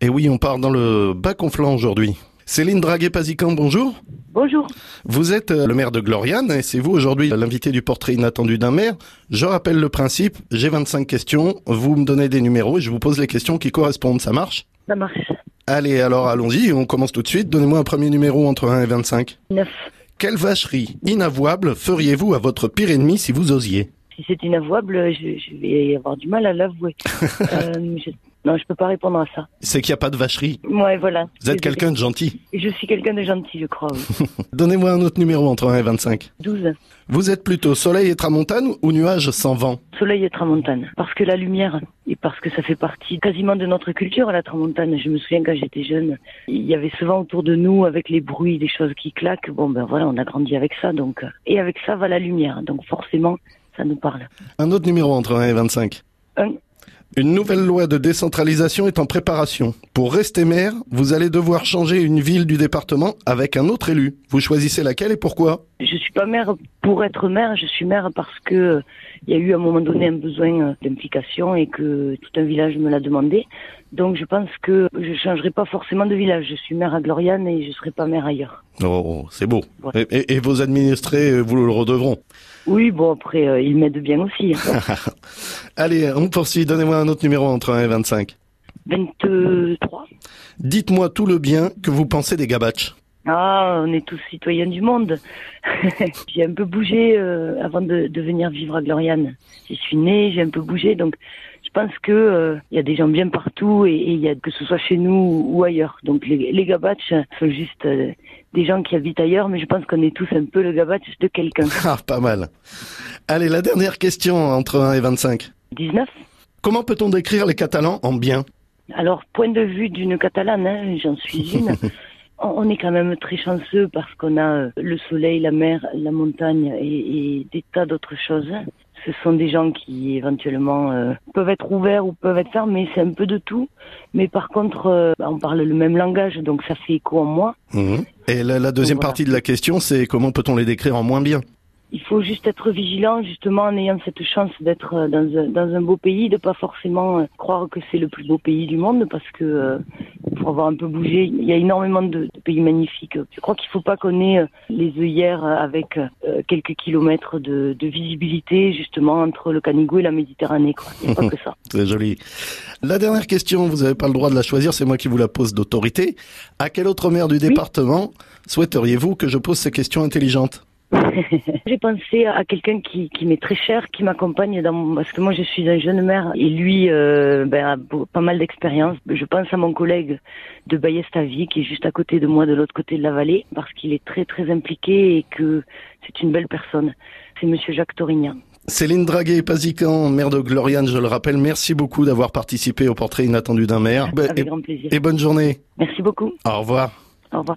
Et Eh oui, on part dans le bas conflant aujourd'hui. Céline Draguet-Pazican, bonjour. Bonjour. Vous êtes euh, le maire de Gloriane et c'est vous aujourd'hui l'invité du portrait inattendu d'un maire. Je rappelle le principe, j'ai 25 questions, vous me donnez des numéros et je vous pose les questions qui correspondent, ça marche Ça marche. Allez, alors allons-y, on commence tout de suite. Donnez-moi un premier numéro entre 1 et 25. 9. Quelle vacherie inavouable feriez-vous à votre pire ennemi si vous osiez Si c'est inavouable, je, je vais avoir du mal à l'avouer. Euh, je- Non, je peux pas répondre à ça. C'est qu'il n'y a pas de vacherie. Ouais, voilà. Vous êtes quelqu'un de gentil. Je suis quelqu'un de gentil, je crois. oui. Donnez-moi un autre numéro entre 1 et 25. 12. Vous êtes plutôt soleil et tramontane ou nuage sans vent Soleil et tramontane. Parce que la lumière, et parce que ça fait partie quasiment de notre culture, la tramontane. Je me souviens quand j'étais jeune, il y avait souvent autour de nous, avec les bruits, des choses qui claquent. Bon, ben voilà, on a grandi avec ça, donc. euh, Et avec ça va la lumière. Donc forcément, ça nous parle. Un autre numéro entre 1 et 25. Un. Une nouvelle loi de décentralisation est en préparation. Pour rester maire, vous allez devoir changer une ville du département avec un autre élu. Vous choisissez laquelle et pourquoi Je suis pas maire pour être maire, je suis maire parce que euh, il y a eu à un moment donné un besoin euh, d'implication et que tout un village me l'a demandé. Donc je pense que je changerai pas forcément de village. Je suis maire à Gloriane et je serai pas maire ailleurs. Oh, c'est beau. Ouais. Et, et- et vos administrés euh, vous le redevront. Oui, bon après euh, ils m'aident bien aussi. hein. Allez, on poursuit. Donnez-moi un autre numéro entre 1 et 25. hein. 23. Dites-moi tout le bien que vous pensez des gabaches. Ah, on est tous citoyens du monde. j'ai un peu bougé euh, avant de, de venir vivre à Gloriane. J'y suis née, j'ai un peu bougé, donc je pense que euh, il y a des gens bien partout et et il y a que ce soit chez nous ou ailleurs. Donc les, les gabaches sont juste euh, des gens qui habitent ailleurs, mais je pense qu'on est tous un peu le gabache de quelqu'un. Ah, pas mal. Allez, la dernière question entre 1 et 25. 19. Comment peut-on décrire les Catalans en bien Alors, point de vue d'une Catalane, hein, j'en suis une. On- On est quand même très chanceux parce qu'on a euh, le soleil, la mer, la montagne et, et des tas d'autres choses. Ce sont des gens qui éventuellement euh, peuvent être ouverts ou peuvent être fermés, c'est un peu de tout. Mais par contre, euh, bah, on parle le même langage, donc ça fait écho en moi. Mhm. Et la, la deuxième Voilà. partie de la question, c'est comment peut-on les décrire en moins bien Il faut juste être vigilant, justement, en ayant cette chance d'être euh, dans un, dans un beau pays, de pas forcément euh, croire que c'est le plus beau pays du monde, parce que euh, pour avoir un peu bougé, il y a énormément de, de pays magnifiques. Je crois qu'il faut pas qu'on ait euh, les œillères euh, avec euh, quelques kilomètres de, de visibilité, justement, entre le Canigou et la Méditerranée. Quoi. Il n'y a pas que ça. C'est joli. La dernière question, vous n'avez pas le droit de la choisir, c'est moi qui vous la pose d'autorité. À quel autre maire du département souhaiteriez-vous que je pose ces questions intelligentes J'ai pensé à quelqu'un qui, qui m'est très cher, qui m'accompagne dans mon- parce que moi je suis un jeune maire et lui euh, ben, a beau- pas mal d'expérience. Je pense à mon collègue de Bayestavie qui est juste à côté de moi, de l'autre côté de la vallée, parce qu'il est très très impliqué et que c'est une belle personne. C'est Monsieur Jacques Torignan. Céline Draguet-Pazican, maire de Gloriane, je le rappelle, merci beaucoup d'avoir participé au portrait inattendu d'un maire. Ben, Avec grand plaisir. Et, et bonne journée. Merci beaucoup. Au revoir. Au revoir.